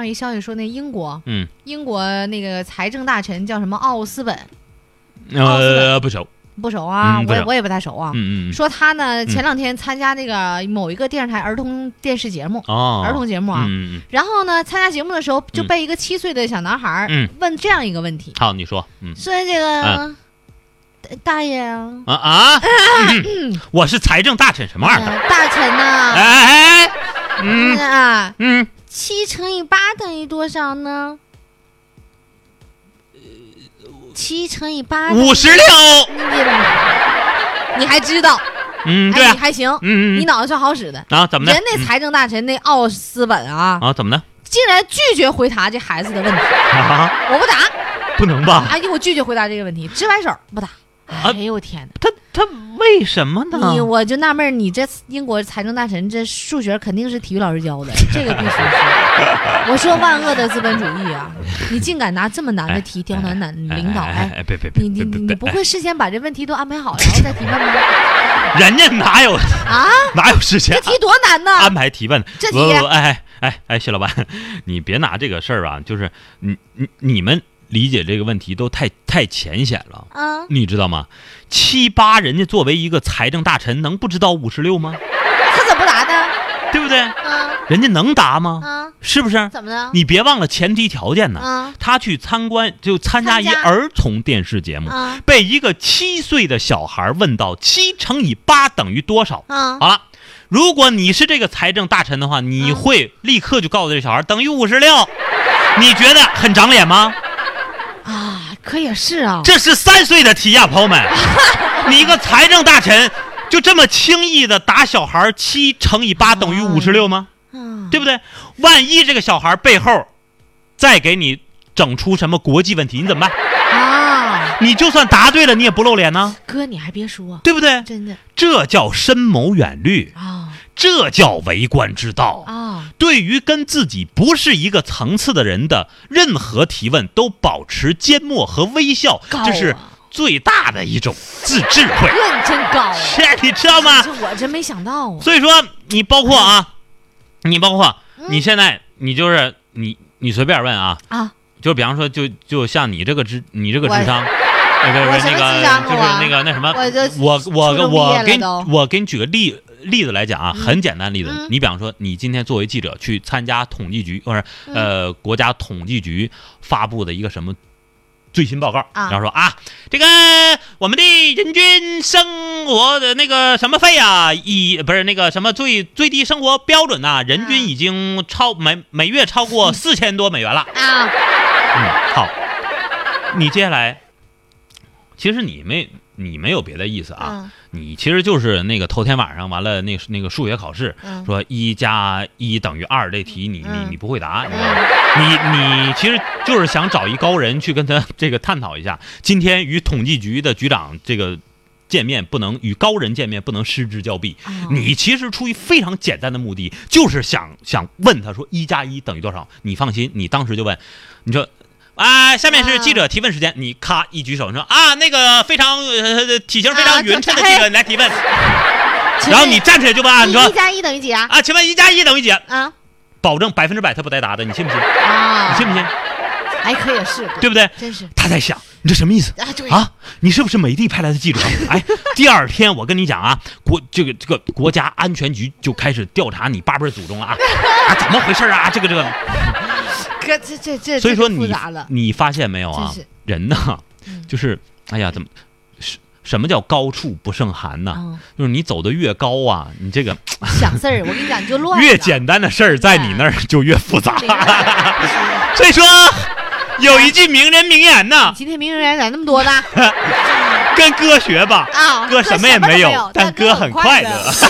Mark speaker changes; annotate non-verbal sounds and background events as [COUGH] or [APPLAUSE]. Speaker 1: 上一消息说那英国，
Speaker 2: 嗯，
Speaker 1: 英国那个财政大臣叫什么奥斯本，
Speaker 2: 呃，不熟，
Speaker 1: 不熟啊，
Speaker 2: 嗯不
Speaker 1: 我也
Speaker 2: 熟
Speaker 1: 我也不太熟啊。
Speaker 2: 嗯嗯嗯，
Speaker 1: 说他呢，前两天参加那个某一个电视台儿童电视节目，
Speaker 2: 哦，
Speaker 1: 儿童节目啊，
Speaker 2: 嗯嗯嗯，
Speaker 1: 然后呢，参加节目的时候就
Speaker 2: 嗯
Speaker 1: 被一个七岁的小男孩儿
Speaker 2: 嗯
Speaker 1: 问这样一个问题，
Speaker 2: 好，你说，嗯
Speaker 1: 说这个、大爷啊，
Speaker 2: 啊啊，我是财政大臣什么玩意儿？
Speaker 1: 呃大臣呐、
Speaker 2: 啊哎哎，哎嗯
Speaker 1: 啊，
Speaker 2: 嗯，
Speaker 1: 七乘以八等于多少呢？七乘以八等于
Speaker 2: 五十六，
Speaker 1: 你还知道？
Speaker 2: 嗯，对
Speaker 1: 哎，
Speaker 2: 啊
Speaker 1: 你，还行，
Speaker 2: 嗯嗯
Speaker 1: 你脑子算好使的。
Speaker 2: 嗯，啊，怎么的？
Speaker 1: 人那
Speaker 2: 嗯
Speaker 1: 财政大臣那奥斯本啊，
Speaker 2: 啊，怎么的？
Speaker 1: 竟然拒绝回答这孩子的问题，
Speaker 2: 啊，
Speaker 1: 我不答，
Speaker 2: 不能吧？
Speaker 1: 哎呦，我拒绝回答这个问题，直摆手不答。哎
Speaker 2: 啊
Speaker 1: 呦我天
Speaker 2: 他他为什么
Speaker 1: 哪！
Speaker 2: 呢
Speaker 1: 你？我就纳闷儿，你这英国财政大臣这数学肯定是体育老师教
Speaker 2: [LAUGHS]
Speaker 1: 的，这个必须是。我说万恶的资本主义啊，你竟敢拿这么难的题刁难男
Speaker 2: 哎
Speaker 1: 领导！
Speaker 2: 哎
Speaker 1: 哎
Speaker 2: 哎，哎，别别别
Speaker 1: 你你
Speaker 2: 别
Speaker 1: 你你
Speaker 2: 别
Speaker 1: 不
Speaker 2: 别，
Speaker 1: 会事先把这问题都安排好，然后再提问吗？
Speaker 2: [LAUGHS] 哎人家哪 [LAUGHS] 有
Speaker 1: 啊，
Speaker 2: 哪有时间
Speaker 1: 这题多难呢！
Speaker 2: 安排提问？
Speaker 1: 这题
Speaker 2: 不不不，哎哎哎，谢老板， [LAUGHS] 你别拿这个事儿啊，就是你你你们理解这个问题都太太浅显了，
Speaker 1: 啊，
Speaker 2: 你知道吗？七八人家作为一个财政大臣，能不知道五十六吗？
Speaker 1: 他怎么不答呢？
Speaker 2: 对不对？
Speaker 1: 啊
Speaker 2: 人家能答吗？
Speaker 1: 啊，
Speaker 2: 是不是？
Speaker 1: 怎么的？
Speaker 2: 你别忘了前提条件呢。
Speaker 1: 啊
Speaker 2: 他去参观就参加一
Speaker 1: 参加
Speaker 2: 儿童电视节目，
Speaker 1: 啊
Speaker 2: 被一个七岁的小孩问到七乘以八等于多少？
Speaker 1: 啊！
Speaker 2: 好了，如果你是这个财政大臣的话，你
Speaker 1: 嗯
Speaker 2: 会立刻就告诉这小孩等于五十六，你觉得很长脸吗？
Speaker 1: 啊，可也是啊，
Speaker 2: 这是三岁的题呀、朋友们，你一个财政大臣就这么轻易的打小孩七乘以八等于五十六吗？
Speaker 1: 啊，
Speaker 2: 对不对？万一这个小孩背后再给你整出什么国际问题，你怎么办？
Speaker 1: 啊，
Speaker 2: 你就算答对了，你也不露脸呢，
Speaker 1: 哥你还别说，
Speaker 2: 对不对？
Speaker 1: 真的
Speaker 2: 这叫深谋远虑，
Speaker 1: 啊
Speaker 2: 这叫为官之道。
Speaker 1: 啊，
Speaker 2: 对于跟自己不是一个层次的人的任何提问，都保持缄默和微笑，
Speaker 1: 高啊
Speaker 2: 这是最大的一种自智慧。
Speaker 1: 哥你真高啊，
Speaker 2: 是啊，你知道吗？
Speaker 1: 这我真没想到啊，
Speaker 2: 所以说，你包括啊，你包括
Speaker 1: 嗯
Speaker 2: 你现在，你就是你，你随便问啊，
Speaker 1: 啊，
Speaker 2: 就比方说，就就像你这个智，你这个智商，呃
Speaker 1: 我
Speaker 2: 不是
Speaker 1: 什
Speaker 2: 那
Speaker 1: 么
Speaker 2: 个，
Speaker 1: 智商啊
Speaker 2: 就是那个那什么，
Speaker 1: 我 [LAUGHS] 就
Speaker 2: 我我
Speaker 1: 初中毕业
Speaker 2: 我
Speaker 1: 了
Speaker 2: 给你
Speaker 1: 都
Speaker 2: 我给你举个例例子来讲啊，
Speaker 1: 嗯
Speaker 2: 很简单的例子
Speaker 1: 嗯，
Speaker 2: 你比方说，你今天作为记者去参加统计局或者
Speaker 1: 嗯
Speaker 2: 呃国家统计局发布的一个什么。最新报告，
Speaker 1: 啊
Speaker 2: 然后说啊，这个我们的人均生活的那个什么费啊，一不是那个什么最最低生活标准呐、人
Speaker 1: 嗯
Speaker 2: 均已经超每每月超过四千多美
Speaker 1: [LAUGHS]
Speaker 2: 元了。
Speaker 1: 啊，
Speaker 2: 嗯，好，你接下来，其实你没你没有别的意思啊，
Speaker 1: 嗯
Speaker 2: 你其实就是那个头天晚上完了那那个数学考试，
Speaker 1: 嗯
Speaker 2: 说一加一等于二这题你，你你
Speaker 1: 嗯
Speaker 2: 不会答，你知道吗？你你其实就是想找一高人去跟他这个探讨一下，今天与统计局的局长这个见面不能与高人见面不能失之交臂。
Speaker 1: 啊
Speaker 2: 你其实出于非常简单的目的，就是想想问他说一加一等于多少？你放心，你当时就问，你说。啊，下面是记者提问时间，你咔一举手，你说啊，那个非常呃体型非
Speaker 1: 啊
Speaker 2: 常匀称的记者你来提问，
Speaker 1: 请
Speaker 2: 然后
Speaker 1: 问
Speaker 2: 你站起来就问啊，你
Speaker 1: 一一
Speaker 2: 说
Speaker 1: 加一等于几啊？
Speaker 2: 啊，请问一加一等于几？
Speaker 1: 啊
Speaker 2: 保证百分之百他不带答的，你信不信？你
Speaker 1: 啊，
Speaker 2: 信不信？
Speaker 1: 哎，可也是，
Speaker 2: 对不对？
Speaker 1: 真是
Speaker 2: 他在想，你这什么意思？
Speaker 1: 啊，对
Speaker 2: 啊，你是不是美帝派来的记 [LAUGHS] 者？哎，第二天我跟你讲啊，国这个这个国家安全局就开始调查你八辈儿祖宗 [LAUGHS] 了啊，啊，怎么回事啊？这个这个，
Speaker 1: 哥这这这，
Speaker 2: 所以说
Speaker 1: 这个复
Speaker 2: 你
Speaker 1: 杂了，
Speaker 2: 你发现没有啊
Speaker 1: 真是？
Speaker 2: 人呐
Speaker 1: 嗯，
Speaker 2: 就是哎呀，怎么什什么叫高处不胜寒呢？
Speaker 1: 嗯，
Speaker 2: 就是你走得越高啊，你这个
Speaker 1: 想事儿，我跟你讲，你就乱了
Speaker 2: 越简单的事儿在你那儿就越复杂
Speaker 1: 明。白
Speaker 2: [LAUGHS] 所以说，有一句名人名言
Speaker 1: 你
Speaker 2: 呐，
Speaker 1: 今天名人咋那么
Speaker 2: [LAUGHS]
Speaker 1: 多呢？
Speaker 2: 跟哥学吧。
Speaker 1: 啊，
Speaker 2: 哥什么也
Speaker 1: 没
Speaker 2: 没有，但
Speaker 1: 哥
Speaker 2: 哥很快乐
Speaker 1: 乐。。